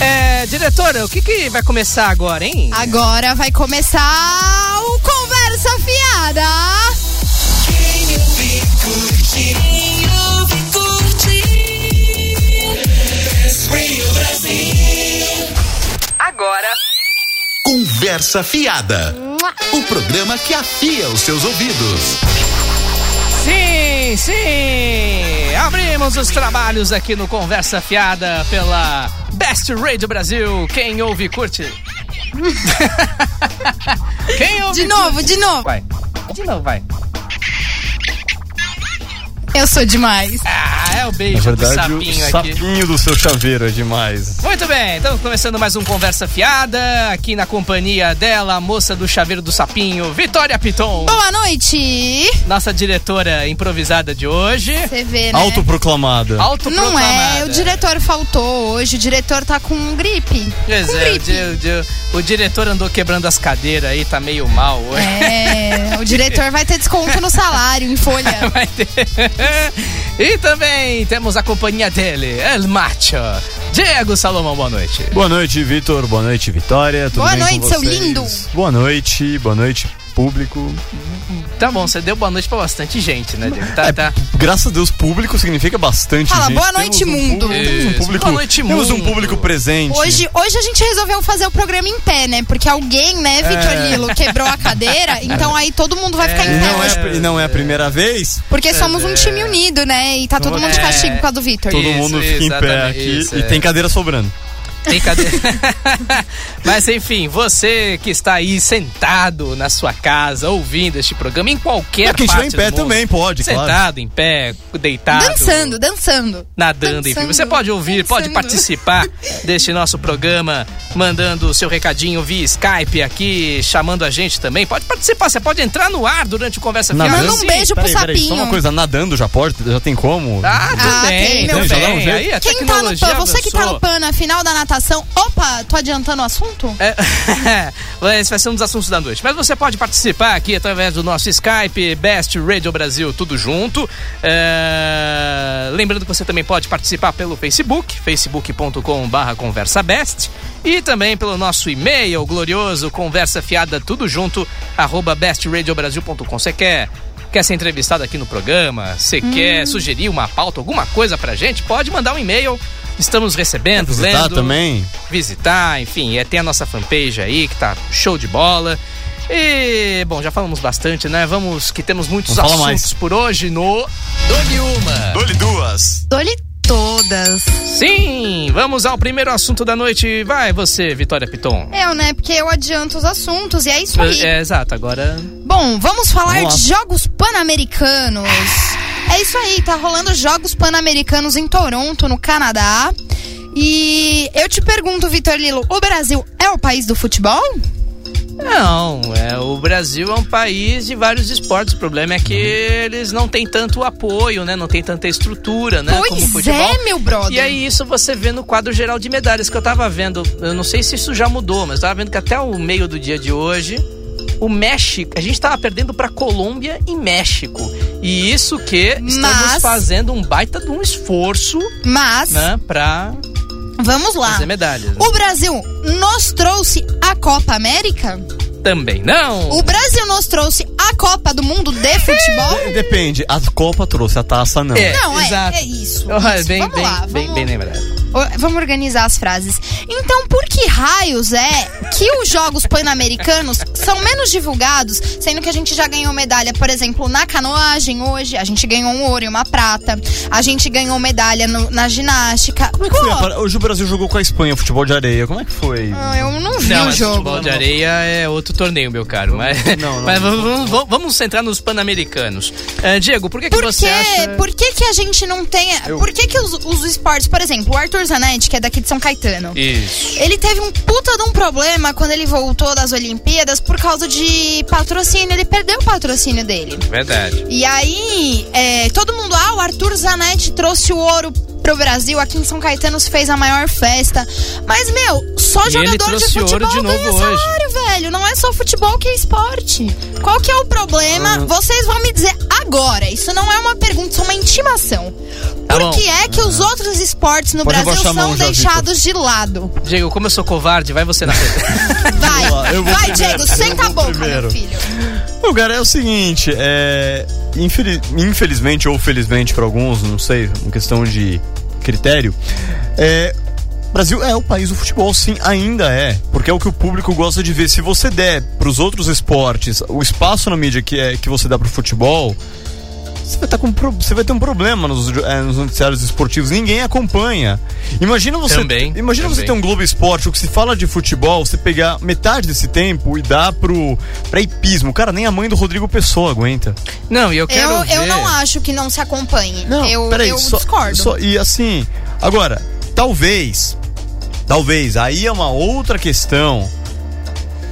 É, diretora, o que, que vai começar agora, hein? Agora vai começar o Conversa Fiada. Quem ouve, curte. Quem ouve, curte. Best Radio Brasil. Agora. Conversa Fiada. O programa que afia os seus ouvidos. Sim, sim! Abrimos os trabalhos aqui no Conversa Fiada pela Best Radio Brasil. Quem ouve, curte. Quem ouve, De novo, de novo. Vai. De novo, vai. Eu sou demais. Ah, é o Na beijo do verdade, sapinho o aqui. sapinho do seu chaveiro é demais. Muito bem, estamos começando mais um Conversa Fiada, aqui na companhia dela, a moça do chaveiro do sapinho, Vitória Piton, Boa noite. nossa diretora improvisada de hoje, Você vê, né? Autoproclamada. autoproclamada. Não é, o diretor faltou hoje, o diretor tá com gripe. Pois com é, o, gripe. di- o di- o diretor andou quebrando as cadeiras aí, tá meio mal hoje. É, o diretor vai ter desconto no salário, em folha. Vai ter. É. E também temos a companhia dele, El Macho, Diego Salomão, boa noite. Boa noite, Vitor. Boa noite, Vitória. Tudo Boa bem com noite, seu vocês? lindo. Boa noite, boa noite, público. Tá bom, você deu boa noite pra bastante gente, né, Diego? É, Tá, tá. Graças a Deus, público significa bastante. Fala, gente. boa noite, Temos um mundo. público- temos um Isso. público, Boa noite, Temos um mundo. público presente. Hoje, hoje a gente resolveu fazer o programa em pé, né? Porque alguém, É. né, Vitor Lilo, quebrou a cadeira, então aí todo mundo vai ficar E em pé não, hoje. é, e não é a primeira vez. Porque somos um time unido, né? E tá todo mundo de castigo por causa do Vitor. é. Todo Isso, mundo fica em pé exatamente, aqui isso, e é. tem cadeira sobrando. Brincadeira. Mas enfim, você que está aí sentado na sua casa, ouvindo este programa, em qualquer É, quem estiver parte do em pé mundo, também pode, Sentado, claro. em pé, deitado. Dançando, dançando. Nadando, enfim. Dançando, Você pode ouvir, pode dançando. participar deste nosso programa, mandando o seu recadinho via Skype aqui, chamando a gente também. Pode participar, você pode entrar no ar durante o Conversa Nadando? Fiada, Manda um sim. beijo pro Tá assim? Peraí, peraí, só uma sapinho. coisa, nadando já pode? Já tem como? Tá Ah, Ah, também, tem, meu também. bem. Já dá um jeito. Aí a Quem tá no É tecnologia PAN, você que tá avançou. no PAN na final da natação. Opa, tô adiantando o assunto? É, esse vai ser um dos assuntos da noite. Mas você pode participar aqui através do nosso Skype, Best Radio Brasil, tudo junto. É, lembrando que você também pode participar pelo Facebook, facebook.com.br conversabest. E também pelo nosso e-mail glorioso, conversa fiada, tudo junto, arroba bestradiobrasil.com. Você quer Quer ser entrevistado aqui no programa? Você quer sugerir uma pauta, alguma coisa pra gente? Pode mandar um e-mail. Estamos recebendo, visitar lendo. Tá também? Visitar, enfim. É, tem a nossa fanpage aí, que tá show de bola. E, bom, já falamos bastante, né? Vamos, que temos muitos Vamos assuntos falar por hoje no Dole Uma. Dole duas. Dou-lhe todas. Sim, vamos ao primeiro assunto da noite. Vai você, Vitória Piton. Eu, né? Porque eu adianto os assuntos e é isso aí. É, exato, agora... Bom, vamos falar Vamos lá. de Jogos Pan-Americanos. É isso aí, tá rolando Jogos Pan-Americanos em Toronto, no Canadá. E eu te pergunto, Vitor Lilo, o Brasil é o país do futebol? Né, Não, é, o Brasil é um país de vários esportes. O problema é que eles não têm tanto apoio, né? Não tem tanta estrutura, né? como o pois futebol. é, meu brother. E aí isso você vê no quadro geral de medalhas que eu tava vendo. Eu não sei se isso já mudou, mas eu tava vendo que até o meio do dia de hoje, o México, a gente tava perdendo pra Colômbia e México. E isso que estamos Mas- fazendo um baita de um esforço, Mas, né, pra vamos lá. fazer medalhas. né? O Brasil nos trouxe a Copa América? Também não. O Brasil nos trouxe a Copa do Mundo de futebol? Depende, a Copa trouxe, a taça não. É. Não, é, exato. é isso. Olha, isso. Bem, vamos bem, lá, bem, vamos bem né? lembrado. Ô, Vamos organizar as frases. Então, por que raios é que os Jogos Pan-Americanos são menos divulgados, sendo que a gente já ganhou medalha, por exemplo, na canoagem hoje, a gente ganhou um ouro e uma prata, a gente ganhou medalha no- na ginástica. Como é que foi? Pô, a par- Hoje o Brasil jogou com a Espanha, futebol de areia. Como é que foi? ah, eu não vi Não, o mas jogo. futebol de areia é outro torneio, meu caro. Mas, não, não. mas vamos, vamos- vamos- vamos centrar nos pan-americanos. Eh, Diego, por que, que Por você que, acha... por que que a gente não tem... Por que que os, os esportes... Por exemplo, o Arthur Zanetti, que é daqui de São Caetano. Isso. Ele teve um puta de um problema quando ele voltou das Olimpíadas por causa de patrocínio. Ele perdeu o patrocínio dele. Verdade. E aí, é, todo mundo, ah, o Arthur Zanetti trouxe o ouro pro Brasil. Aqui em São Caetano se fez a maior festa. Mas, meu, só E ele jogador de trouxe ouro futebol de novo ganha hoje. Ah. salário, velho. Não é só futebol que é esporte. Qual que é o problema? Vocês vão me dizer Agora, isso não é uma pergunta, isso é uma intimação. Tá Por bom. que é que os outros esportes no Pode Brasil abaixar a mão são já, deixados de lado? Diego, como eu sou covarde, vai você na frente. Vai, lá, eu vou vai, primeiro, Diego, eu senta a vou boca, meu primeiro. filho. O cara é o seguinte, é. infeli- infelizmente ou felizmente pra alguns, não sei, uma questão de critério. É. Brasil é o país do futebol, sim, ainda é, porque é o que o público gosta de ver. Se você der pros outros esportes o espaço na mídia que, é, que você dá pro futebol, você vai, tá com pro- você vai ter um problema nos, eh, nos noticiários esportivos, ninguém acompanha. Imagina você. Também, imagina você também. ter um Globo Esporte, o que se fala de futebol, você pegar metade desse tempo e dar pro pra hipismo. Cara, nem a mãe do Rodrigo Pessoa aguenta. Não, e eu quero. Eu, eu ver- não acho que não se acompanhe. eu eu só- discordo. só- e assim, agora, talvez. Talvez, aí é uma outra questão.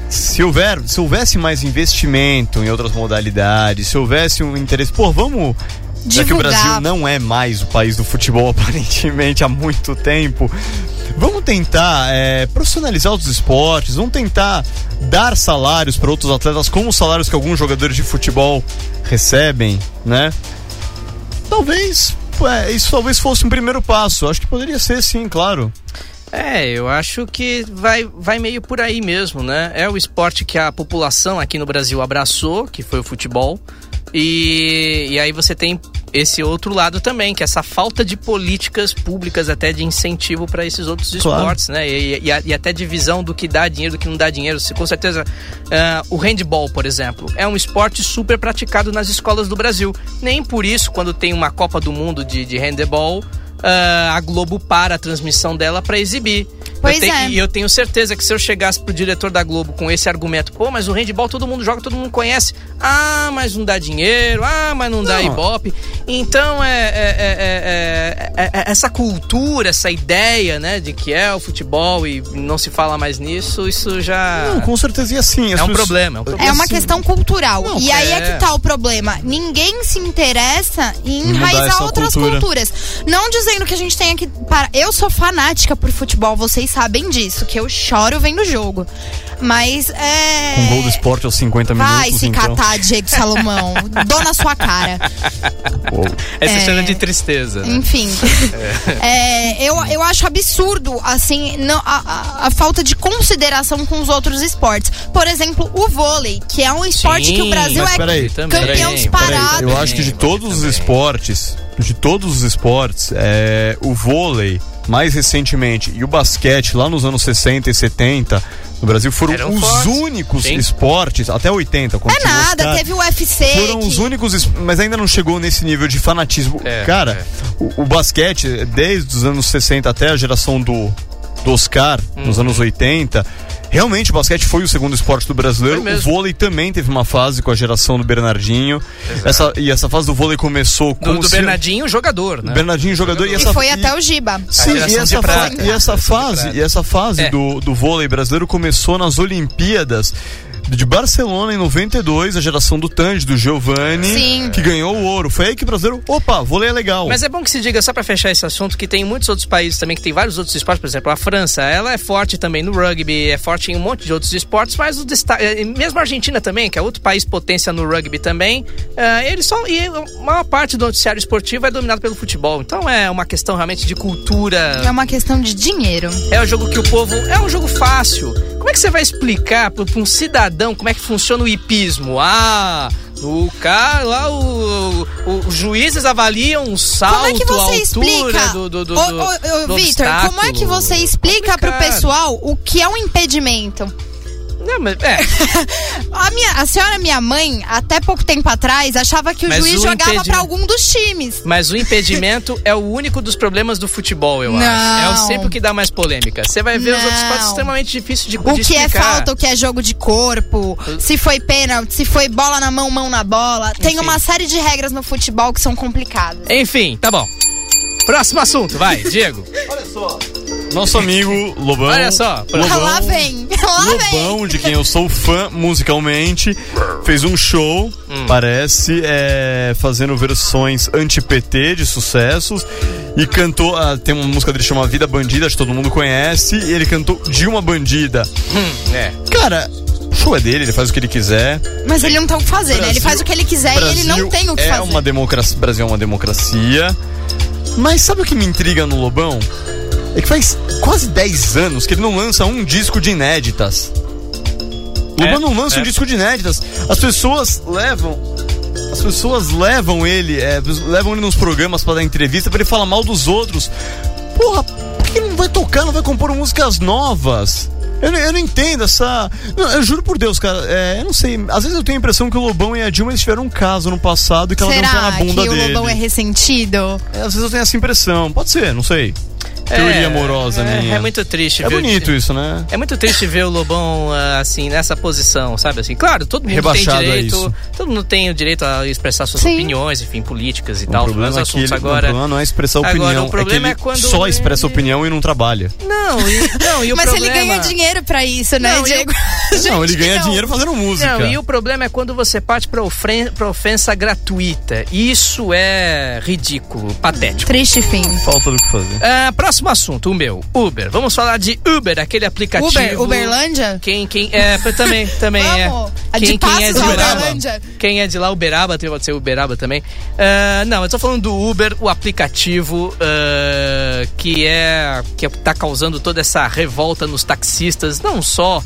Se, houver, se houvesse mais investimento em outras modalidades, se houvesse um interesse. Pô, vamos. Já que o Divulgar. Brasil não é mais o país do futebol, aparentemente, há muito tempo. Vamos tentar é, profissionalizar os esportes, vamos tentar dar salários para outros atletas, como os salários que alguns jogadores de futebol recebem, né? Talvez. é, isso talvez fosse um primeiro passo. Acho que poderia ser, sim, claro. É, eu acho que vai, vai meio por aí mesmo, né? É o esporte que a população aqui no Brasil abraçou, que foi o futebol. E, e aí você tem esse outro lado também, que é essa falta de políticas públicas até de incentivo para esses outros Claro. esportes, né? E, e a- e até divisão do que dá dinheiro, do que não dá dinheiro. Se, com certeza, ah, o handball, por exemplo, é um esporte super praticado nas escolas do Brasil. Nem por isso, quando tem uma Copa do Mundo de, de handball, ah, a Globo para a transmissão dela para exibir. Pois eu tenho, é. E eu tenho certeza que se eu chegasse pro diretor da Globo com esse argumento, pô, mas o handball todo mundo joga, todo mundo conhece. Ah, mas não dá dinheiro, ah, mas não, dá ibope. Então é, é- é- é- é- é- essa cultura, essa ideia, né, de que é o futebol e não se fala mais nisso, isso já Não, com certeza, e assim. as Ah. é um pessoas- problema. É um problema. É assim, uma questão cultural. Não, e aí é. é. que tá o problema. Ninguém se interessa em Em mudar enraizar essa outras cultura. culturas. Não dizendo que a gente tenha que. Para... Eu sou fanática por futebol, vocês sabem disso, que eu choro vendo o jogo. Mas é. Um gol do esporte aos 50 Vai minutos. se então. catar, Diego Salomão. Dou na sua cara. Uou. Essa é. cena de tristeza. né? Enfim. É, eu, eu acho absurdo, assim, não- a, a- a falta de consideração com os outros esportes. Por exemplo, o vôlei, que é um esporte Sim, que o Brasil mas é peraí, campeão peraí, disparado. Peraí, eu acho que de Também, todos os também. esportes, de todos os esportes, é, o vôlei, mais recentemente, e o basquete, lá nos anos 60 e 70, no Brasil, foram Eram os fortes, únicos sim. esportes, até 80, quando É chegou os nada, tá, caras, teve o UFC. Foram É que- os únicos, es- mas ainda não chegou nesse nível de fanatismo. É, Cara, O, o basquete, desde os anos 60 até a geração do, do Oscar, nos Uhum. anos 80, realmente o basquete foi o segundo esporte do brasileiro. Foi O mesmo. vôlei também teve uma fase com a geração do Bernardinho. Essa, e essa fase do vôlei começou com Do, do o Bernardinho, jogador, né? Bernardinho jogador. E, E essa, foi e- até o Giba. Sim, geração e de essa, fa- prata. e essa fase, e essa fase É. do, do vôlei brasileiro começou nas Olimpíadas de Barcelona em 92, a geração do Tange, do Giovanni, Sim. que ganhou o ouro. Foi aí que o brasileiro, opa, vôlei é legal. Mas é bom que se diga, só pra fechar esse assunto, que tem muitos outros países também, que tem vários outros esportes, por exemplo, a França, ela é forte também no rugby, é forte em um monte de outros esportes, mas o destaque, eh, mesmo a Argentina também, que é outro país potência no rugby também, eh, ele só, e a maior parte do noticiário esportivo é dominado pelo futebol, então é uma questão realmente de cultura, É uma questão de dinheiro. é o jogo que o povo, é um jogo fácil, como é que você vai explicar pro- pra um cidadão como é que funciona o hipismo? Ah... O cara lá, o, o- os juízes avaliam um salto, Como é que a altura você explica? do, do, do, Ô, do- ô, ô, do Vitor, como é que obstáculo? você explica pro Complicado. pessoal o que é um impedimento? Não, mas, é, A, minha, a senhora, minha mãe, até pouco tempo atrás, achava que o Mas juiz o jogava impedimento- pra algum dos times. mas o impedimento é o único dos problemas do futebol, eu acho. É o Não. sempre o que dá mais polêmica. Você vai ver os outros Não. esportes extremamente difíceis de, de O que é explicar. falta, o que é jogo de corpo, se foi pênalti, se foi bola na mão, mão na bola. Tem Enfim. uma série de regras no futebol que são complicadas. Enfim, tá bom. Próximo assunto, vai, Diego. Nosso amigo Lobão. é Olha só, Ah, pra- Lobão, Ah, lá vem, lá vem. Lobão, de quem eu sou fã musicalmente, fez um show, parece, é, fazendo versões anti-PT de sucessos. E cantou, ah, tem uma música dele que chama Vida Bandida, acho que todo mundo conhece, e ele cantou Dilma Bandida. É. Cara, O show é dele, ele faz o que ele quiser. Mas ele não tem o que fazer, né? Ele Brasil- faz o que ele quiser e ele não Brasil tem o que é fazer. Uma democracia, Brasil é uma democracia. Mas sabe o que me intriga no Lobão? É que faz quase 10 anos que ele não lança um disco de inéditas. O Lobão É, não lança é. um disco de inéditas. As pessoas levam. As pessoas levam ele, é, levam ele nos programas pra dar entrevista pra ele falar mal dos outros. Porra, por que ele não vai tocar, não vai compor músicas novas? Eu, não- eu não entendo essa. não, eu juro por Deus, cara. é, eu não sei. Às vezes eu tenho a impressão que o Lobão e a Dilma eles tiveram um caso no passado e que ela deu um pé na Será que bunda o dele. Lobão é ressentido? É, Às vezes eu tenho essa impressão. Pode ser, não sei. Teoria amorosa é, minha. É muito triste, É viu? bonito isso, né? É muito triste ver o Lobão ah, assim, nessa posição, sabe? Assim, claro, todo mundo Rebaixado a tem direito. isso. Todo mundo tem o direito a expressar suas Sim. opiniões, enfim, políticas e O tal. problema, mas é que Tá, assuntos ele, o agora. problema não é expressar Agora, opinião. o é problema que ele é quando só ele- expressa opinião e não trabalha. Não, e, não, e o Mas problema. ele ganha dinheiro pra isso, né, Não, e- Diego? não, ele ganha não. dinheiro fazendo música. Não, e o problema é quando você parte pra, ofren- pra ofensa gratuita. Isso é ridículo, patético. Triste fim. Falta do que fazer. Ah, próximo assunto, o meu, Uber. Vamos falar de Uber, aquele aplicativo. Uber, Uberlândia? Quem, quem, é, pra- também, também Vamos! é. A de Quem, quem é Passos de a Uberaba? Uberlândia. Quem é de lá, Uberaba, tem- pode ser Uberaba também. Ah, não, eu tô falando do Uber, o aplicativo ah, que é que tá causando toda essa revolta nos taxistas, não só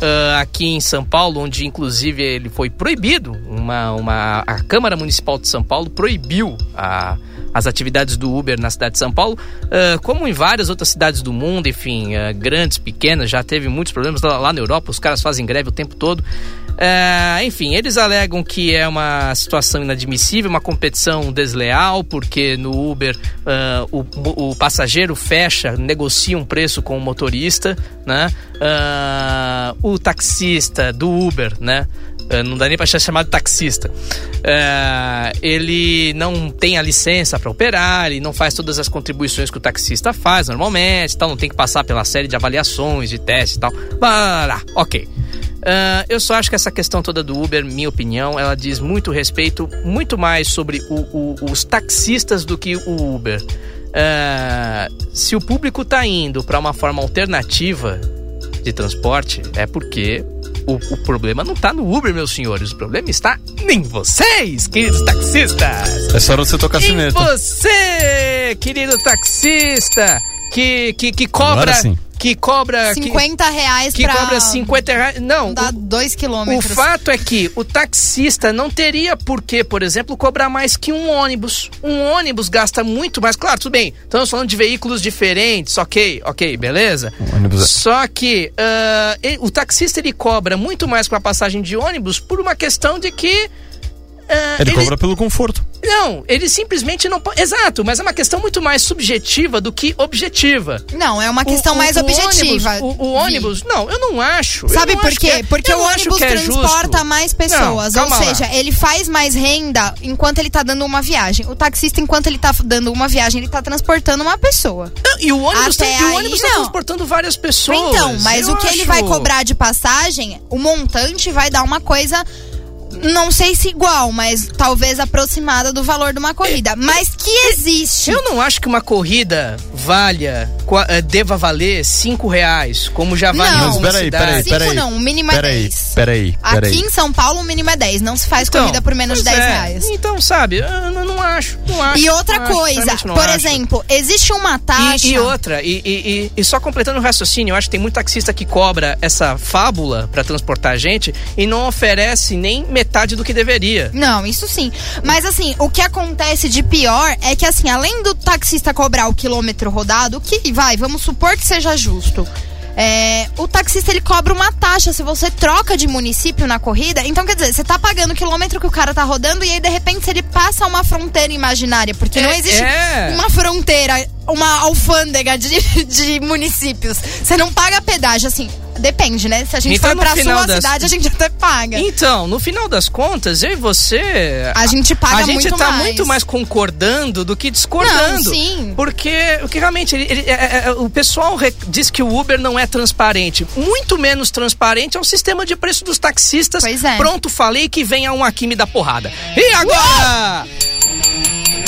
ah, aqui em São Paulo, onde inclusive ele foi proibido, uma, uma, a Câmara Municipal de São Paulo proibiu a- as atividades do Uber na cidade de São Paulo, ah, como em várias outras cidades do mundo, enfim, ah, grandes, pequenas, já teve muitos problemas lá, lá na Europa, os caras fazem greve o tempo todo. Ah, enfim, eles alegam que é uma situação inadmissível, uma competição desleal, porque no Uber ah, o, o passageiro fecha, negocia um preço com o motorista, né? Ah, o taxista do Uber, né? Ah, Não dá nem pra ser chamado taxista. Ah, ele não tem a licença para operar, ele não faz todas as contribuições que o taxista faz normalmente, tal, não tem que passar pela série de avaliações, de testes e tal. Lá, lá, lá. ok. Ah, eu só acho que essa questão toda do Uber, minha opinião, ela diz muito respeito, muito mais sobre o- o- os taxistas do que o Uber. Ah, se o público tá indo para uma forma alternativa de transporte, é porque o, o problema não tá no Uber, meus senhores. O problema está em vocês, queridos taxistas. Essa hora É você toca a E sineta. você, querido taxista, que, que, que cobra. Agora sim. Que cobra. É, que- 50 reais que pra cobra 50 reais. Não, dar o- 2 o quilômetros. fato é que o taxista não teria por que, por exemplo, cobrar mais que um ônibus. Um ônibus gasta muito mais. Claro, tudo bem. Estamos falando de veículos diferentes, ok, ok, beleza? ônibus é- Só que ah, e- o taxista ele cobra muito mais com a passagem de ônibus por uma questão de que. ah, Ele ele- cobra pelo conforto. Não, ele simplesmente não. po- Exato, mas é uma questão muito mais subjetiva do que objetiva. Não, é uma questão O- o- mais o objetiva. ônibus- o, o Vi. ônibus, não, eu não acho. Eu Sabe não por acho que quê? é- Porque eu o não acho ônibus que é justo. transporta mais pessoas. Não, ou calma lá. seja, ele faz mais renda enquanto ele tá dando uma viagem. O taxista, enquanto ele tá dando uma viagem, ele tá transportando uma pessoa. Não, E o ônibus, Até tá, e o aí, ônibus tá não. transportando várias pessoas. Então, mas Eu o que ele acho- vai cobrar de passagem, o montante vai dar uma coisa. Não sei se igual, mas talvez aproximada do valor de uma corrida. Mas que existe. Eu não acho que uma corrida valha, qua- eh, deva valer cinco reais, como já vale Não, em Mas algumas peraí, cidades. peraí, Cinco peraí. não, o mínimo é Peraí, dez. peraí, peraí. Aqui em São Paulo, o mínimo é 10. Não se faz Então, corrida por menos de pois 10 é. reais. Então, sabe, eu não, não acho, não acho. E outra não acho, coisa, sinceramente não por acho. exemplo, existe uma taxa. E, e outra, e, e- e- e só completando o raciocínio, eu acho que tem muito taxista que cobra essa fábula pra transportar gente e não oferece nem metade do que deveria. Não, isso sim. Mas assim, o que acontece de pior é que assim, além do taxista cobrar o quilômetro rodado, o que vai, vamos supor que seja justo. é, o taxista ele cobra uma taxa se você troca de município na corrida. Então, quer dizer, você tá pagando o quilômetro que o cara tá rodando e aí de repente se ele passa uma fronteira imaginária, porque não É, existe é. uma fronteira, uma alfândega de, de municípios. Você não paga pedágio, assim, depende, né? Se a gente Então, for no pra final sua das- cidade, a gente até paga. Então, no final das contas, eu e você. A gente paga a gente muito tá mais. muito mais concordando do que discordando. Não, sim. Porque o que realmente ele- ele- é- é- é- o pessoal re- diz que o Uber não é transparente. Muito menos transparente é o sistema de preço dos taxistas. Pois é. Pronto, falei que venha um aqui me dar porrada. E agora?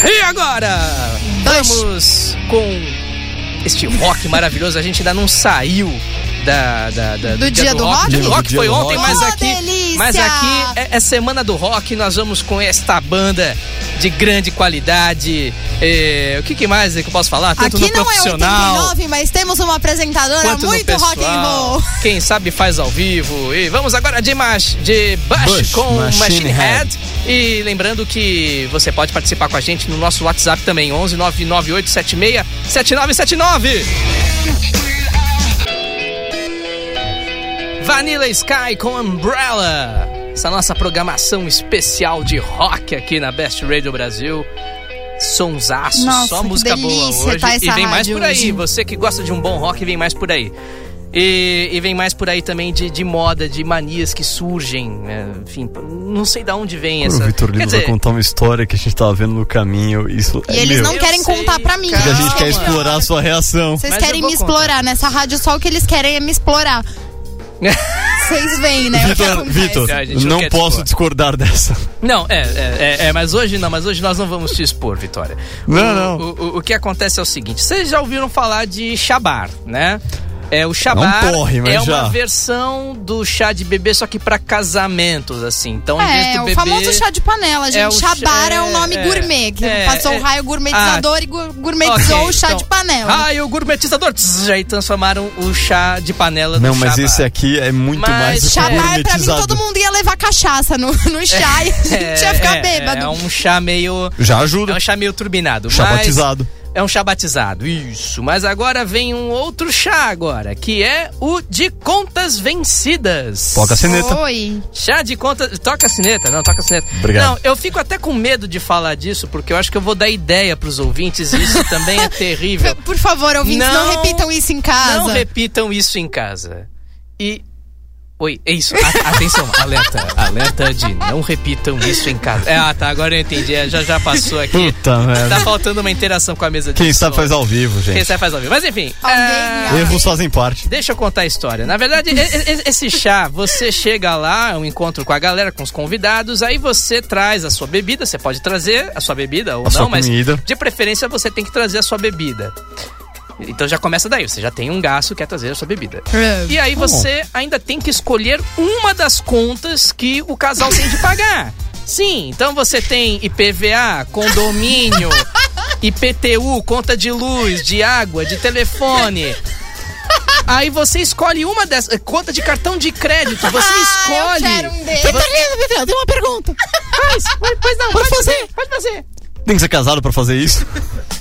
E agora? Dois. Vamos com este rock maravilhoso. A gente ainda não saiu da, da- da- Do dia do rock? O Do rock dia foi do ontem, rock. mas Oh, aqui, delícia! mas aqui é, é semana do rock. Nós vamos com esta banda de grande qualidade. É, o que, que mais que eu posso falar? Tanto Aqui no não é profissional. 89, mas temos uma apresentadora Quanto no muito pessoal, rock and roll. Quem sabe faz ao vivo. E vamos agora de, Mach, de Bush, Bush, com Machine, Machine Head. E lembrando que você pode participar com a gente no nosso WhatsApp também, 11 998 76 7979. Vanilla Sky com Umbrella. Essa nossa programação especial de rock aqui na Best Radio Brasil. Sonsaço, Nossa, só que música boa delícia hoje. tá e essa vem mais rádio por aí. hoje. Você que gosta de um bom rock, vem mais por aí. E, e vem mais por aí também de, de moda, de manias que surgem. né? Enfim, não sei de onde vem essa. O Vitor Quer Lima vai dizer, contar uma história que a gente tava vendo no caminho. Isso E é eles meu. não Eu querem sei, contar pra mim. cara. E a gente isso quer é pior. explorar a sua reação. Vocês Mas eu querem vou me contar. explorar. Nessa rádio só o que eles querem é me explorar. Vocês veem, né? o que Vitor, acontece. Vitor, É, A gente não não quer posso discordar dessa. Não, é, é, é, é, mas hoje não, mas hoje nós não vamos te expor, Vitória. Não, o, não. O, o- o que acontece é o seguinte: vocês já ouviram falar de chabar, né? É, o chabar Não porre, mas é já. uma versão do chá de bebê, só que pra casamentos, assim. Então, em vez É, do o bebê. famoso chá de panela, gente. É o chá- Chabar é, um nome é, gourmet. Que é, passou é. Ah. o raio gourmetizador e gu- gourmetizou Ok, o chá então- de panela. Ah, e o gourmetizador. Tss, aí transformaram o chá de panela no Não, mas chabar. esse aqui é muito Mas mais do que Chabar, pra mim, gourmetizado. todo mundo ia levar cachaça no, no chá e a gente ia ficar bêbado. É um chá meio. Já É ajuda. um chá meio turbinado. Chá mas- batizado. É um chá batizado, isso. Mas agora vem um outro chá agora, que é o de contas vencidas. Toca a sineta. Oi. Chá de contas... Toca a sineta? Não, toca a sineta. Obrigado. Não, eu fico até com medo de falar disso, porque eu acho que eu vou dar ideia pros ouvintes e isso também é terrível. Por favor, ouvintes, não, Não- repitam isso em Não casa. repitam isso em casa. E... Oi, é isso. A- atenção, alerta. Alerta de não repitam isso em casa. É, ah, tá, agora eu entendi. é, já já passou aqui. Puta Tá merda. faltando uma interação com a mesa de Hum. Quem sabe som. faz ao vivo, Quem gente. sabe faz ao vivo. Mas enfim. Alguém é, sabe. Erros fazem parte. Deixa eu contar a história. Na verdade, e- e- esse chá, você chega lá, é um encontro com a galera, com os convidados, aí você traz a sua bebida, você pode trazer a sua bebida ou A não, sua mas comida. de preferência você tem que trazer a sua bebida. Então já começa daí, você já tem um gasto que é trazer a sua bebida. E aí você ainda tem que escolher uma das contas que o casal tem de pagar. Sim, então você tem IPVA, condomínio, IPTU, conta de luz, de água, de telefone. Aí você escolhe uma dessas. eh, Conta de cartão de crédito. Você Ah, escolhe. eu quero um deles. Vitor, tem uma pergunta. Faz, pois, pois não, pode, fazer. Pode fazer. Tem que ser casado pra fazer isso?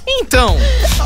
Então,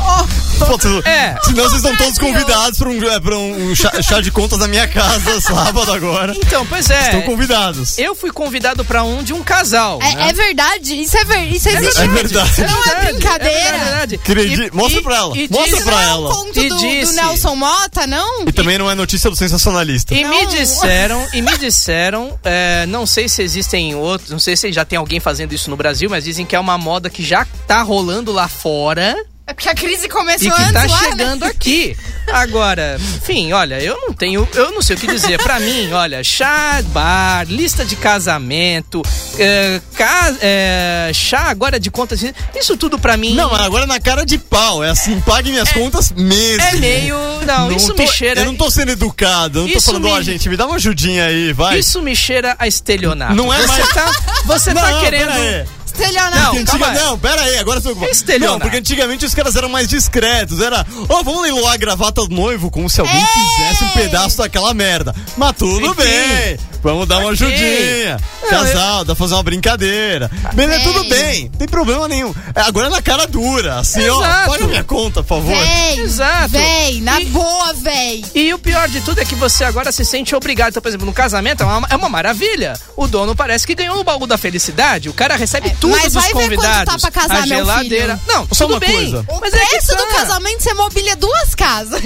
Pô, vocês- É. Senão vocês estão todos Brasil. convidados pra um, é, pra um chá, chá de contas na minha casa sábado agora. então, pois é. Estão convidados. Eu fui convidado pra um de um casal. né? É, é verdade? Isso é ver, Isso existe. É mesmo? verdade. Não é brincadeira. É verdade. Acredito. Mostra pra ela, mostra diz- Isso não pra é ela. um conto E do, do disse- Nelson Mota, não? E também não é notícia do sensacionalista. E me Não. disseram, e me disseram, é, não sei se existem outros, não sei se já tem alguém fazendo isso no Brasil, mas dizem que é uma moda que já tá rolando lá fora É porque a crise e começou que antes tá lá, chegando né? aqui. Agora, enfim, olha, eu não tenho, eu não sei o que dizer. Pra mim, olha, chá, bar, lista de casamento, é, ca- é, chá agora de contas, isso tudo pra mim Não, mas agora é na cara de pau. É assim, pague minhas contas mesmo. é meio, não, isso tô, me cheira. Eu não tô sendo educado. Eu não tô Isso falando, ó, me- gente, me dá uma ajudinha aí, vai. Isso me cheira a estelionato. Não é você mais- Tá, você não, tá querendo. Pera aí. Não, Porque Estelionato. antiga- calma aí. É Não, pera aí, agora eu tô... Estelionato. Não, porque antigamente os caras eram mais discretos. Era, ó, vamos leiloar a gravata do noivo, como se alguém quisesse um pedaço daquela merda. Mas É. tudo Enfim. bem, vamos dar uma Ok. ajudinha. Não, É. Casal, dá pra fazer uma brincadeira. Beleza, Vem. tudo bem, não tem problema nenhum. É, Agora é na cara dura, assim, Exato. É. ó, paga minha conta, por favor. Véi. Exato. Véi, na E- boa, véi. E o pior de tudo é que você agora se sente obrigado. Então, por exemplo, no casamento é uma, é uma maravilha. O dono parece que ganhou o baú da felicidade. O cara recebe tudo É, mas dos vai ver quando convidados. tá pra casar, a meu geladeira. filho. Não, Só tudo uma bem, coisa. O Mas é que preço do tá. casamento você mobília duas casas.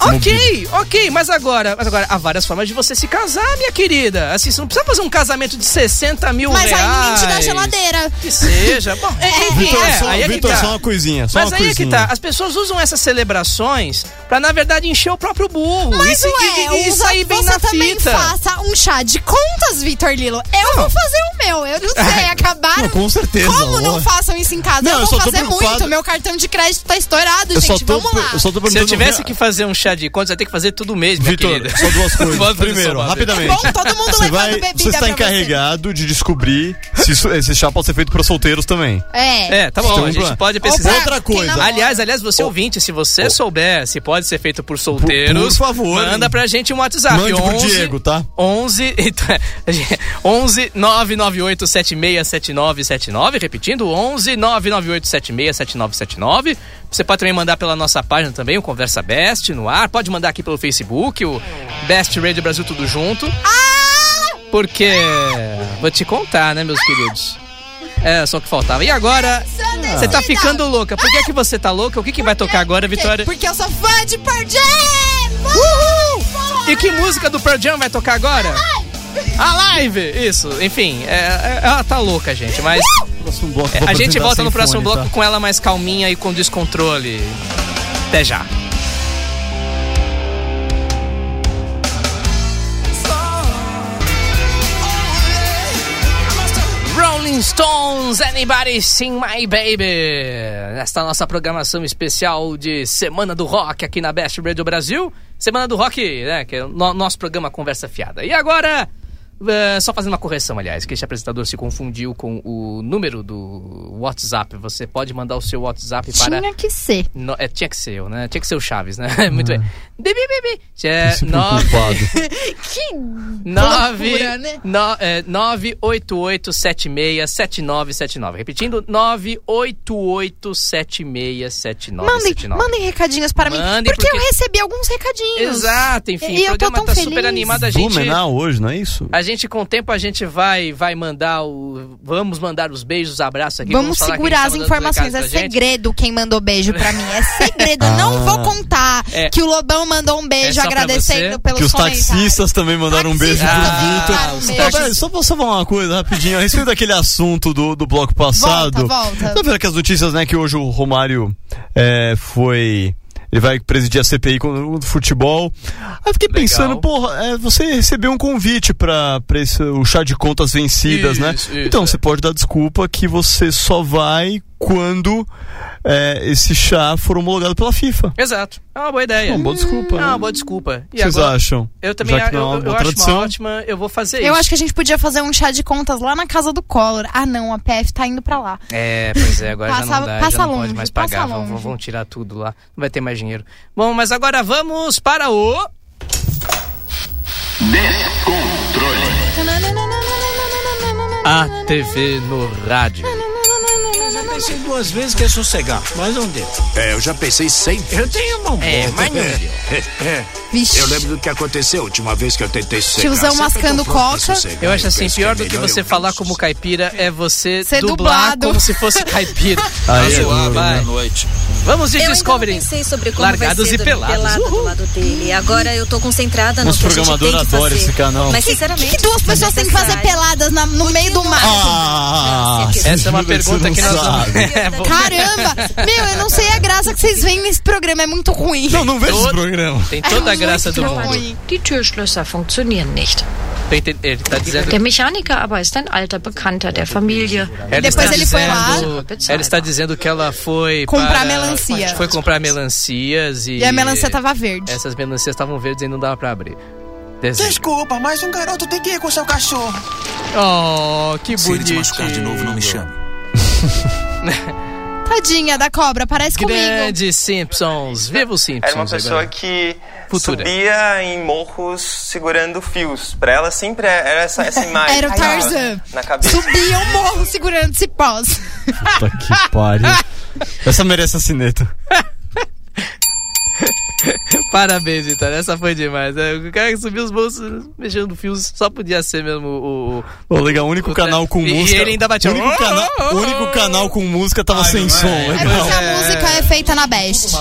Ok, ok, mas agora, mas agora há várias formas de você se casar, minha querida. Assim, você não precisa fazer um casamento de 60 mil Mas reais. aí ninguém te dá geladeira. Que seja. Bom, é, enfim, Vitor, é, só, aí é que Vitor, tá. só uma coisinha, só Mas uma aí é que coisinha. tá, as pessoas usam essas celebrações pra, na verdade, encher o próprio burro. Mas Isso- e, ué, e- e usa- sair bem você na também fita. faça um chá de contas, Vitor Lilo. Eu vou fazer o meu. Eu não sei, acabaram. Não, com certeza, Como não ó. façam isso em casa? Não, eu eu só vou tô fazer preocupado. muito. Meu cartão de crédito tá estourado, Eu gente. só tô, Vamos lá. eu só tô Se eu perguntando- tivesse que fazer um taxa de contas vai ter que fazer tudo mesmo, minha Vitor, querida. só duas Vamos coisas. fazer só Primeiro, uma vez. É rapidamente. bom todo mundo Você, levando vai, bebida você está pra encarregado de descobrir se isso- esse chá pode ser feito para solteiros também. É. É, tá bom, Então, a gente vamos lá. pode Opa, pesquisar. Outra quem coisa. namora. Aliás, aliás, você ouvinte, se você souber se pode ser feito por solteiros, Por- por favor, manda hein? pra gente um WhatsApp. Mande pro Diego, tá? 11, então, 11 998 767979, repetindo, 11 998 767979. Você pode também mandar pela nossa página também, o Conversa Best no ar, pode mandar aqui pelo Facebook, o Best Radio Brasil tudo junto. Porque vou te contar, né, meus queridos? É, só o que faltava. E agora, Sanders, você tá cuidado. ficando louca. Por que, é que você tá louca? O que, que vai tocar agora, Porque- Vitória? Porque eu sou fã de Pearl Jam! Uhul! E que música do Pearl Jam vai tocar agora? A live! Isso, enfim, é, é- ela tá louca, gente, mas Próximo bloco, é, vou a gente apresentar volta no sem próximo fone, bloco tá? com ela mais calminha e com descontrole. Até já. Rolling Stones, Anybody Sing My Baby. Nesta nossa programação especial de Semana do Rock aqui na Best Radio Brasil. Semana do Rock, né? Que é o no- nosso programa Conversa Fiada. E agora, eh, só fazendo uma correção, aliás, que este apresentador se confundiu com o número do WhatsApp. Você pode mandar o seu WhatsApp para. Tinha que ser. No- é, tinha que ser eu, né? Tinha que ser o Chaves, né? Muito bem. Bibi, bibi. É, Sempre um nove- culpado. nove Loucura, né? no- é, 988767979. Repetindo, 988767979. Mandem, mandem recadinhos para mim. Mandem, Porque, eu porque- recebi alguns recadinhos. Exato, enfim, E o eu tô programa tão tá feliz. super animado. A gente, Blumenau hoje, não é isso? a gente, com o tempo, a gente vai, vai mandar o. Vamos mandar os beijos, os abraços aqui. Vamos falar quem segurar tá as mandando informações. É recado pra gente. segredo quem mandou beijo pra mim. É segredo. Eu não vou contar É. que o Lobão mandou um beijo É só tá pra você. agradecendo pelos Que os comentários. taxistas também mandaram um beijo pro Taxistas também Vitor. mandaram um beijo. Ô, velho, Então, Só pra salvar uma coisa rapidinho, a respeito daquele assunto do, do bloco passado. Volta, volta. Tá vendo que as notícias, né, que hoje o Romário é, foi. Ele vai presidir a CPI com- do futebol. Aí eu fiquei Legal. pensando, porra, é, você recebeu um convite pra, pra esse, o chá de contas vencidas, né? Isso, isso, então é. você pode dar desculpa que você só vai quando é, esse chá for homologado pela FIFA. Exato. É uma boa ideia. É uma boa desculpa. É uma boa desculpa. O que vocês acham? Eu também Já que não é eu, uma eu boa acho tradição. uma ótima. Eu vou fazer Eu isso. acho que a gente podia fazer um chá de contas lá na casa do Collor. Ah, não, a PF tá indo pra lá. É, pois é, agora já Passa- não dá, já passa não longe, pode mais passa pagar, vão, longe. vão- vão tirar tudo lá, não vai ter mais dinheiro. Bom, mas agora vamos para o... A TV no rádio. Pensei duas vezes que ia sossegar, mas não deu. É, eu já pensei sempre. Eu tenho uma É, mas não deu. Vixe. é, Eu lembro do que aconteceu a última vez que eu tentei secar. Tiozão Sempre mascando tô pronto pra coca. sossegar Eu e acho assim, penso pior é do que melhor você eu falar como caipira é você Ser dublar dublado. como se fosse caipira. Aí é Vamos lá, duro, vai. né? noite. Vamos de Eu Discovery. ainda não pensei sobre como Largados vai ser e dormir pelados. pelado Uhul. do lado dele. Agora eu tô concentrada no Nosso que a gente programador tem que adora fazer. esse canal. Mas O que, sinceramente, que duas pessoas têm que fazer peladas na- no meio do mar? Ah, Essa é uma Silvia, você pergunta não que nós vamos- sabe. É, vou- Caramba! Meu, eu não sei a graça que vocês veem nesse programa, é muito ruim. Não, não vejo esse Todo- programa. Tem toda a graça do mundo. ruim. Die Türschlösser funktionieren nicht. Tem- tem- Ele tá dizendo... Der Mechaniker aber ist ein alter Bekannter der Familie. Ela Depois está ele foi lá. tá dizendo- Ela está dizendo que ela foi Comprar para- melancia. Foi comprar melancias e. E a melancia tava verde. Essas melancias estavam verdes e não dava pra abrir. Des- Desculpa, mas um garoto tem que ir com seu cachorro. Oh, que Se ele te bonitinho. machucar de novo, não me chame. Tadinha da cobra, parece comigo. Grande Simpsons. Viva os Simpsons. Era uma pessoa agora. que Futura. subia em morros segurando fios. Pra ela sempre é, era essa, essa imagem. Era o Tarzan. Na cabeça. Subia um morro segurando cipós. Puta que pariu. Essa merece assineta. Parabéns, Vitória. Essa foi demais. né? O cara que subiu os bolsos mexendo fios só podia ser mesmo o. o- Ô, legal, o único canal com E música. ele ainda bateu. O único, cana- o único canal com música tava sem som. É Legal. porque a música é feita na best.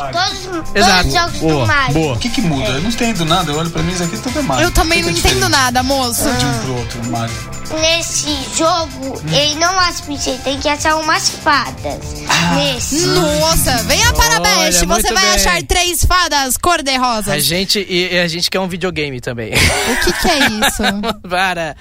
Exato. Boa, boa. O que que muda? Eu não entendo nada, eu olho pra mim isso aqui tudo é mágico. Eu também não entendo nada, moço. um pro outro, mágico. Nesse jogo, ele não aspira, ele tem que achar umas fadas. Ah. Nesse. Nossa, venha para a Best, Olha, você muito vai bem. achar três fadas cor-de-rosa. A gente, e, e a gente quer um videogame também. O que, que é isso? para.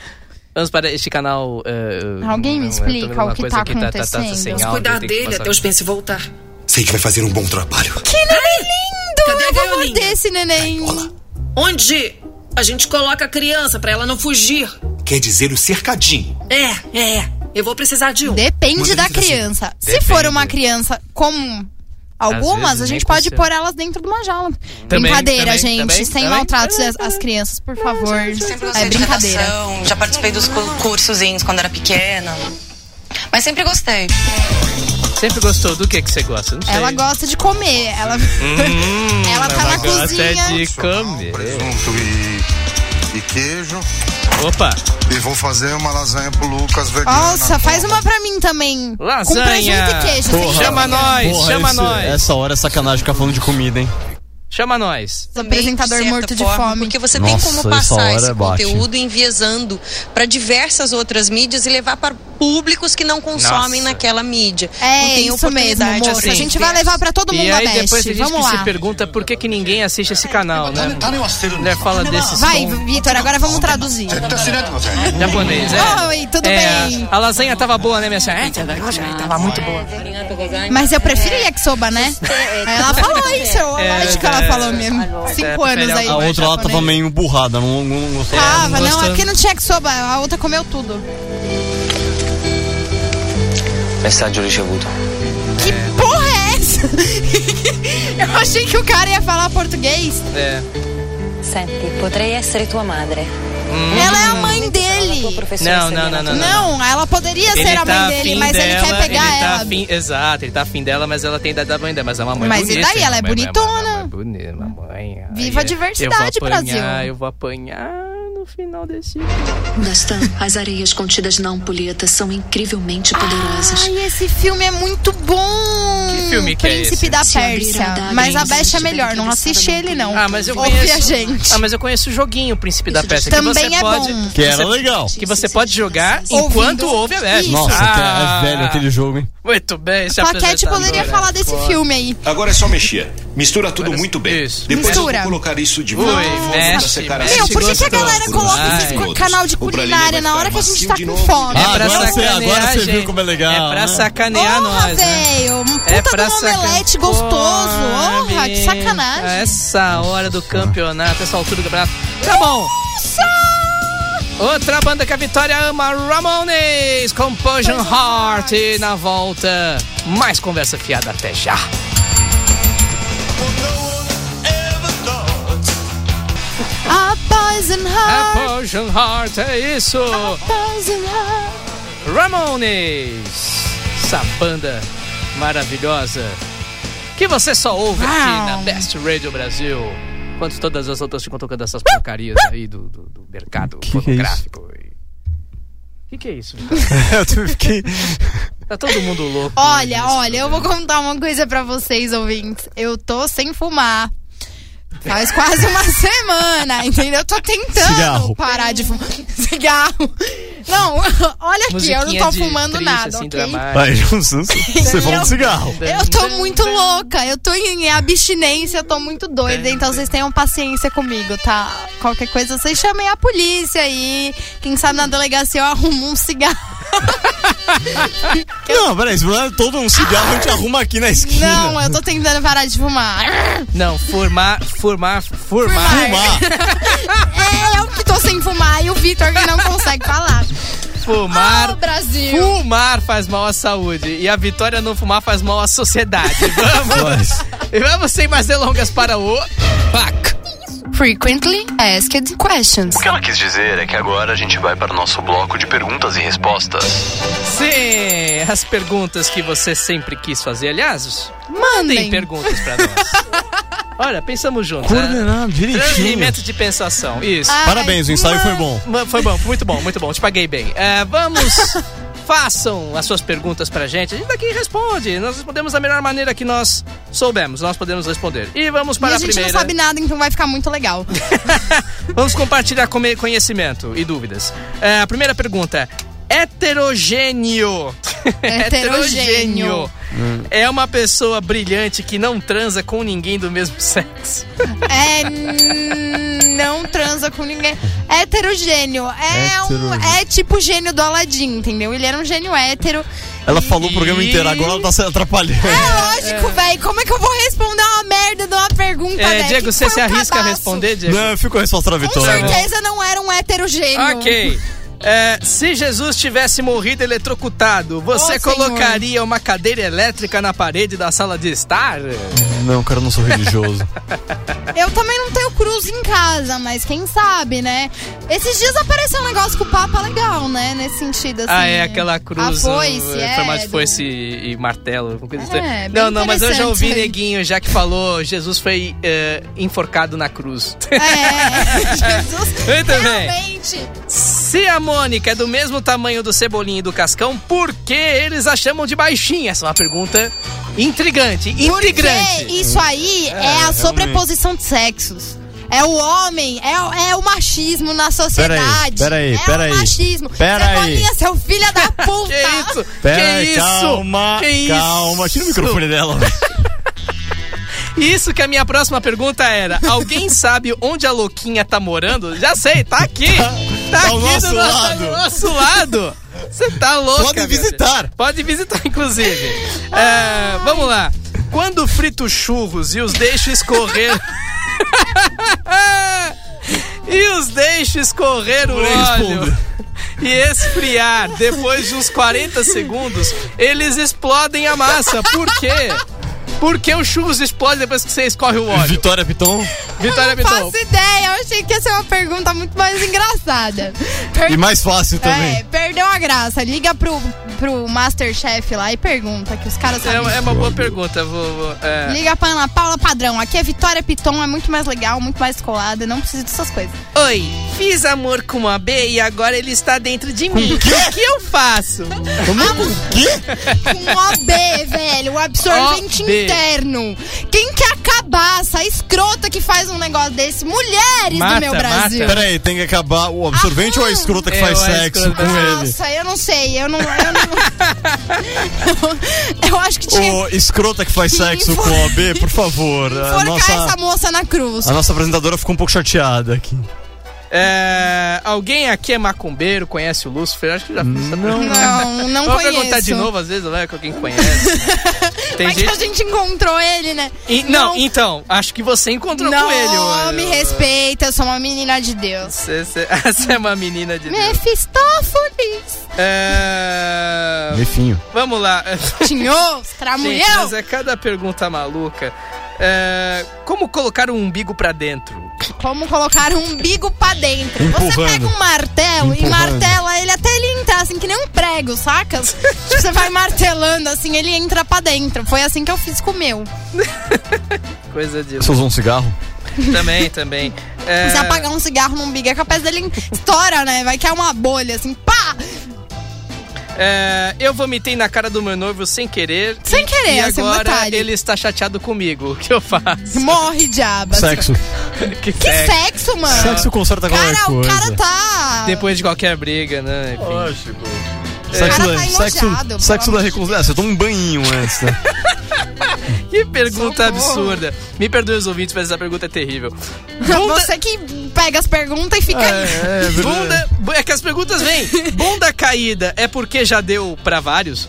Vamos para este canal. eh, Alguém me não, eu tô vendo explica o uma que coisa tá aqui, acontecendo. sem Vamos áudio, Cuidar tem que dele é passar- até os pense voltar. Sei que vai fazer um bom trabalho. Cadê a gaiola? morder esse neném. Onde a gente coloca a criança pra ela não fugir. Quer dizer o cercadinho. É, é. Eu vou precisar de um. Depende da assim, criança. Se for uma criança comum, vezes algumas, a nem gente pode precisa. pôr elas dentro de uma jaula. Também, brincadeira, também, gente. também, sem também. maltratos É. às, às crianças, por favor. Sempre gostei É de brincadeira. redação, já participei dos cu- cursozinhos quando era pequena. Mas sempre gostei. Sempre gostou do que, que você gosta? Não sei. Ela gosta de comer. Ela... Hum, Ela tá na gosta cozinha. de comer. Presunto e, e queijo. Opa! E vou fazer uma lasanha pro Lucas vegana. Nossa, faz uma pra mim também. Com presunto e queijo. assim, sem Chama problema. nós, chama nós. Essa hora é sacanagem ficar falando de comida, hein? Chama nós. Também, apresentador morto de fome. Porque você tem Nossa, como essa passar hora esse é bate. conteúdo enviesando para diversas outras mídias e levar para públicos que não consomem Nossa. naquela mídia. É não tem isso mesmo, oportunidade moço. assim. A gente vai levar pra todo mundo e a aí depois Best. tem gente Vamos que lá. tá se pergunta por que, que ninguém assiste esse canal, né? Mulher fala desse um Vai, som Vitor, agora vamos traduzir. japonês, é. Oi, Oh, tudo É, bem? A lasanha tava boa, né, minha senhora? É, tava muito boa. Mas eu prefiro yakisoba, né? Ela falou isso, é, lógico que ela falou mesmo. Cinco anos aí. A outra lá tava meio burrada, não, não gostava. Ah, Tava, não, aqui não tinha yakisoba, a outra comeu tudo. Messaggio ricevuto. Que porra é essa? Eu achei que o cara ia falar português. É. Senti, potrei essere tua madre. Ela é a mãe dele. Não, não, não, não, não. Não, ela poderia Ele ser a tá mãe dele, afim mas ele dela, quer pegar ele tá ela. afim- exato, ele tá afim dela, mas ela tem idade da mãe dela. Mas é uma mãe Mas e bonita. daí? hein? Ela é Mamãe, bonitona. mamãe, mamãe bonita, mamãe. Ai, Viva a diversidade, eu vou apanhar, Brasil. Eu vou apanhar no final desse. Gaston, as areias contidas na ampulheta são incrivelmente poderosas. Ai, esse filme é muito bom! Que filme que é Príncipe esse? da Se abrir a Pérsia. adaga Mas e a se Best é melhor, não assiste ele não. tá Ah, mas eu Ouve conheço. a gente. Ah, mas eu conheço o joguinho o Príncipe da Peça. Também que você é pode, bom. Que era você- legal. Que você pode jogar enquanto ouve a Best. Nossa, Ah, que é velho aquele jogo, hein? Muito bem, esse Paquete poderia apresentador, tipo falar né? desse Pô. filme aí. Agora é só mexer. Mistura tudo é muito bem. Depois Mistura. eu vou colocar isso de Ui, volta. assim. mexe, mexe, Meu, por que que a galera coloca esses co- canal de culinária na hora que a gente tá com fome? É pra Ah, agora você- sacanear, agora você viu gente. como é legal, É pra né? sacanear nós, né? Velho, um puta É de pra um sacan- omelete gostoso. Porra, que A sacanagem. essa hora do campeonato, essa altura do campeonato. Tá bom. Outra banda que a Vitória ama, Ramones, Compulsion Heart. E na volta, mais conversa fiada até já. É. A Poison Heart. Compulsion Heart, é isso. Tá Poison Heart. Ramones, essa banda maravilhosa que você só ouve aqui na Best Radio Brasil, quanto todas as outras ficam tocando Uh, essas porcarias aí do, do, do mercado Que que é fotográfico. O que, que é isso? Vitor? Eu fiquei. Tá todo mundo louco. né? Olha, olha, eu vou contar uma coisa pra vocês, ouvintes. Eu tô sem fumar. Faz quase uma semana, entendeu? Eu tô tentando Cigarro. parar de fumar. Cigarro. Não, olha aqui, eu não Musiquinha tô de fumando triste, nada, assim, ok? dramática. Vai, Johnson, você falou de cigarro. Eu tô muito louca, eu tô em abstinência, eu tô muito doida, então vocês tenham paciência comigo, tá? Qualquer coisa, vocês chamem a polícia aí. Quem sabe na delegacia eu arrumo um cigarro. Não, peraí, esse problema é todo um cigarro, a gente arruma aqui na esquina. Não, eu tô tentando parar de fumar. Não, formar, formar, formar. Fumar. É, eu que tô sem fumar e o Vitor que não consegue falar. Fumar. Ah, Brasil. Fumar faz mal à saúde. E a vitória não fumar faz mal à sociedade. Tá Vamos! e vamos sem mais delongas para o. Pac. Frequently Asked Questions. O que ela quis dizer é que agora a gente vai para o nosso bloco de perguntas e respostas. Sim! As perguntas que você sempre quis fazer. Aliás, mandem perguntas para nós. Olha, pensamos juntos. né? Coordenado, direitinho. Transferimento de pensação. Isso. Ai, Parabéns, o ensaio foi bom. Ma- Foi bom, muito bom, muito bom. Te paguei bem. É, vamos. Façam as suas perguntas pra gente. A gente daqui responde. Nós respondemos da melhor maneira que nós soubemos. Nós podemos responder. E vamos E para a a gente primeira. não sabe nada, então vai ficar muito legal. Vamos compartilhar come- conhecimento e dúvidas. É, a primeira pergunta. é, Heterogêneo. Heterogêneo. É uma pessoa brilhante que não transa com ninguém do mesmo sexo. É. n- Não transa com ninguém. Heterogêneo. É, um, Hétero. é tipo o gênio do Aladim, entendeu? Ele era um gênio hétero. Ela falou o programa inteiro, agora ela tá se atrapalhando. É lógico, velho. Como é que eu vou responder uma merda de uma pergunta É, Deck, Diego, que você foi se um arrisca a cabaço. responder, Diego? Não, eu fico responsável Com vitória. certeza não era um heterogêneo. Ok. É, se Jesus tivesse morrido eletrocutado, você Oh, Senhor. colocaria uma cadeira elétrica na parede da sala de estar? Não, cara, eu não sou religioso. Eu também não tenho cruz em casa, mas quem sabe, né? Esses dias apareceu um negócio com o Papa legal, né? Nesse sentido, assim. ah, é aquela cruz. A foice, uh, é, formato de do- foice e, e martelo. alguma coisa assim. É, bem não, não, mas eu já ouvi interessante. neguinho já que falou Jesus foi eh, enforcado na cruz. É, Jesus. Muito bem. realmente. Se a Mônica é do mesmo tamanho do Cebolinha e do Cascão, por que eles a chamam de baixinha? Essa é uma pergunta intrigante. Intrigante. Porque isso aí é, a realmente. sobreposição de sexos. É o homem, é, é o machismo na sociedade. peraí, é peraí. o machismo. Peraí. Cebolinha, seu filho da puta. que isso? Pera aí, calma, calma. Tira o microfone dela. Isso que a minha próxima pergunta era: alguém sabe onde a Louquinha tá morando? Já sei, tá aqui! Tá, tá aqui ao nosso do, nosso, lado. do nosso lado! Você tá louca! Pode meu visitar. Deus. Pode visitar, inclusive! É, vamos lá! Quando frito churros e os deixo escorrer. e os deixo escorrer o óleo. E esfriar depois de uns 40 segundos, eles explodem a massa. Por quê? Porque o churros explode depois que você escorre o óleo. Vitória Piton. Vitória Eu não Piton. faço ideia, eu achei que ia ser uma pergunta muito mais engraçada. Per- E mais fácil também. É, perdeu a graça. Liga pro, pro Masterchef lá e pergunta, que os caras É, sabem. é uma boa pergunta. Vou, vou- é. Liga pra Ana Paula Padrão. Aqui é Vitória Piton, é muito mais legal, muito mais colada, não precisa dessas coisas. Oi, fiz amor com uma B e agora ele está dentro de mim. O que eu faço? Um OB, velho, um absorvente OB. interno. Quem quer acabar essa escrota que faz um negócio desse? Mulheres do meu Brasil. Ah, Peraí, tem que acabar o absorvente ou a escrota que É, faz ou a sexo escrota. com ele? Nossa, eu não sei, eu não. Eu, não- eu acho que tinha Ô, escrota que faz sexo Enfor- com o OB, por favor. A que forcar nossa, essa moça na cruz. Ah. a nossa apresentadora ficou um pouco chateada aqui. É, alguém aqui é macumbeiro, conhece o Lúcifer? Acho que já fiz essa pergunta. Não, não Vou conheço. perguntar de novo, às vezes, vai que alguém conhece. Tem Mas que gente- a gente encontrou ele, né? E- não, então, acho que você encontrou não, com ele. ô- me respeita, eu sou uma menina de Deus. Você, você- você é uma menina de... Mefistófeles. É... Mefinho. Vamos lá. Tinhou, Gente, Tramuel. mas é cada pergunta maluca. É, como colocar um umbigo pra dentro? Como colocar um umbigo pra dentro. Você Empurrando. pega um martelo e Empurrando. martela ele até ele entrar, assim, que nem um prego, saca? Tipo, você vai martelando, assim, ele entra pra dentro. Foi assim que eu fiz com o meu. Coisa de... Você usou um cigarro? Também, também. É, Se apagar um cigarro no umbigo, é capaz dele estoura, né? Vai que é uma bolha, assim, pá! é, eu vomitei na cara do meu noivo sem querer. Sem e- querer, E sem agora vontade. ele está chateado comigo. O que eu faço? Morre, diaba. que Que sexo, mano? Sexo conserta qualquer Ah. cara, coisa. O cara tá... Depois de qualquer briga, né? Enfim. Lógico. O Sexo, cara da, tá sexo, enojado, sexo pelo da reconciliação. Ah, Você toma um banhinho antes, né? Que pergunta Socorro. absurda. Me perdoe os ouvintes, mas essa pergunta é terrível. Você que pega as perguntas e fica... É, assim bunda, bu- é que as perguntas vêm. Bunda caída é porque já deu pra vários?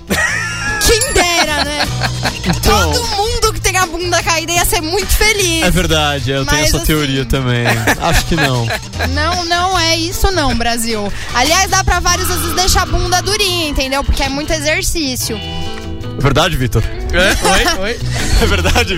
Quem dera, né? Então, Todo mundo que tem a bunda caída ia ser muito feliz. é verdade, eu tenho Mas, essa assim- teoria também. Acho que não. Não, não é isso não, Brasil. Aliás, dá pra vários às vezes deixar a bunda durinha, entendeu? Porque é muito exercício. É verdade, Vitor? Oi, oi. É verdade,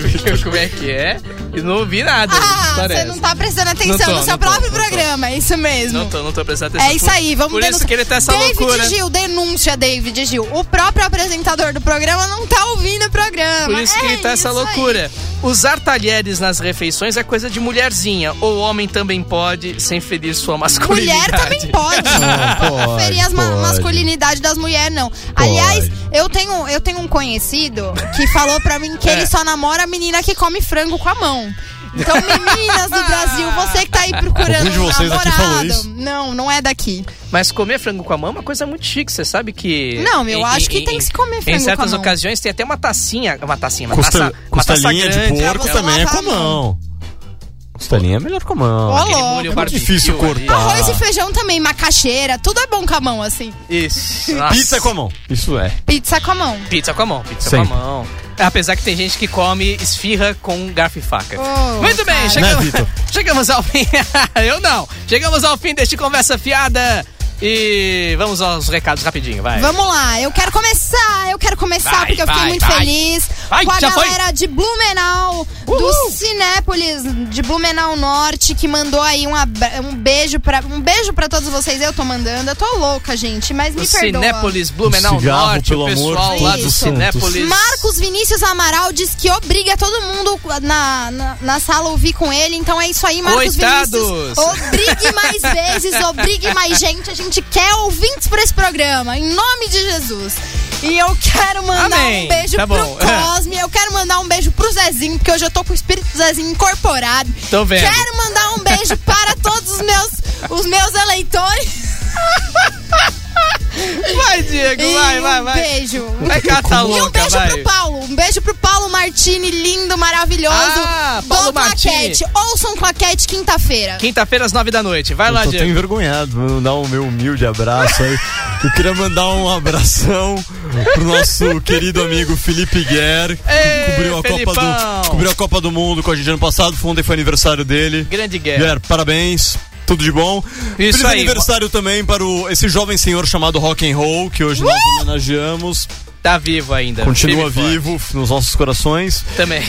Vitor? Como é que é? Eu não ouvi nada. Ah, parece. você não tá prestando atenção Não tô, no seu não tô, próprio não tô. programa, é isso mesmo. Não tô, não tô prestando atenção. É isso Por- aí, vamos Por isso denunciar. que ele tá essa David loucura. Gil, denúncia, David Gil. O próprio apresentador do programa não tá ouvindo o programa. Por isso que É ele tá essa isso aí. loucura. Usar talheres nas refeições é coisa de mulherzinha. Ou homem também pode, sem ferir sua masculinidade. Mulher também pode. Não, pode, ferir as ma- pode. masculinidade das mulheres, não. Aliás, eu tenho, eu tenho um conhecido que falou pra mim que É. ele só namora a menina que come frango com a mão. Então, meninas do Brasil, você que tá aí procurando Algum de vocês um aqui namorado. falou isso? Não, não é daqui. Mas comer frango com a mão é uma coisa muito chique, você sabe que. Não, eu acho que tem que se comer frango Em com certas a mão. ocasiões tem até uma tacinha. Uma tacinha, uma Costa- taça. Uma taça costelinha de grande, porco aquela- também é com a mão. Costelinha é melhor com a mão. Ô, louco. é muito difícil Tá. cortar. Arroz e feijão também, macaxeira, tudo é bom com a mão, assim. Isso. Pizza com a mão. Isso é. Pizza com a mão. Pizza com a mão, pizza Sim. com a mão. Apesar que tem gente que come esfirra com garfo e faca. Oh, Muito bem, cara. chegamos, Né, Vitor? chegamos ao fim. Eu não. Chegamos ao fim deste Conversa Fiada. E vamos aos recados rapidinho, vai. Vamos lá, eu quero começar, eu quero começar Vai, porque eu vai, fiquei muito vai. feliz Vai, com a já foi. galera de Blumenau, do Cinépolis, de Blumenau Norte, que mandou aí um, abra- um beijo para um beijo para todos vocês. Eu tô mandando, eu tô louca, gente, mas me Do perdoa. Cinépolis, Blumenau Um cigarro, Norte, pelo o amor de pessoal lá do todos os santos. Cinépolis. Marcos Vinícius Amaral diz que obriga todo mundo na, na, na sala a ouvir com ele. Então é isso aí, Marcos Coitados. Vinícius. Obrigue mais vezes, obrigue mais gente. A gente quer ouvintes pra esse programa, em nome de Jesus. E eu quero mandar Amém. um beijo Tá pro bom. Cosme, eu quero mandar um beijo pro Zezinho, porque hoje eu tô com o espírito do Zezinho incorporado. Tô vendo. Quero mandar um beijo para todos os meus, os meus eleitores. Vai, Diego, E vai, vai, um vai. beijo. Vai catar tá E um louca, beijo vai. pro Paulo. Um beijo pro Paulo Martini, lindo, maravilhoso. Ah, Paulo do Martini. Claquete. Ouçam Claquete quinta-feira. Quinta-feira às nove da noite. Vai lá, eu tô até Diego. envergonhado, vou mandar o meu humilde abraço aí. Eu queria mandar um abração pro nosso querido amigo Felipe Guerre, Ei, que cobriu a, Copa Felipão. do, cobriu a Copa do Mundo com a gente ano passado, foi ontem foi aniversário dele. Grande Guerre. Guerre, parabéns. Tudo de bom. Isso Feliz aí. aniversário também para o- esse jovem senhor chamado Rock and Roll, que hoje nós Uh! homenageamos. Tá vivo ainda. Continua Vive forte. vivo nos nossos corações. Também.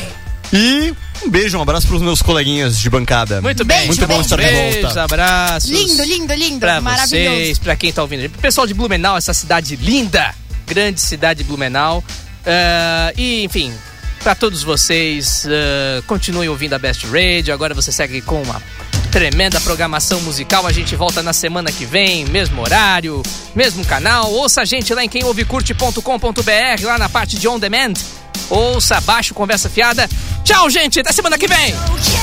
E um beijo, um abraço para os meus coleguinhas de bancada. Muito bem. Muito bom estar de volta. Beijos, abraços. Lindo, lindo, lindo. Pra maravilhoso. vocês, pra quem tá ouvindo. Pro pessoal de Blumenau, essa cidade linda. Grande cidade de Blumenau. Ah, e, enfim, pra todos vocês, ah, continuem ouvindo a Best Radio. Agora você segue com uma tremenda programação musical. A gente volta na semana que vem, mesmo horário, mesmo canal. Ouça a gente lá em quemouvecurte.com.br, lá na parte de On Demand. Ouça abaixo, conversa fiada. Tchau, gente. Até semana que vem. Yeah.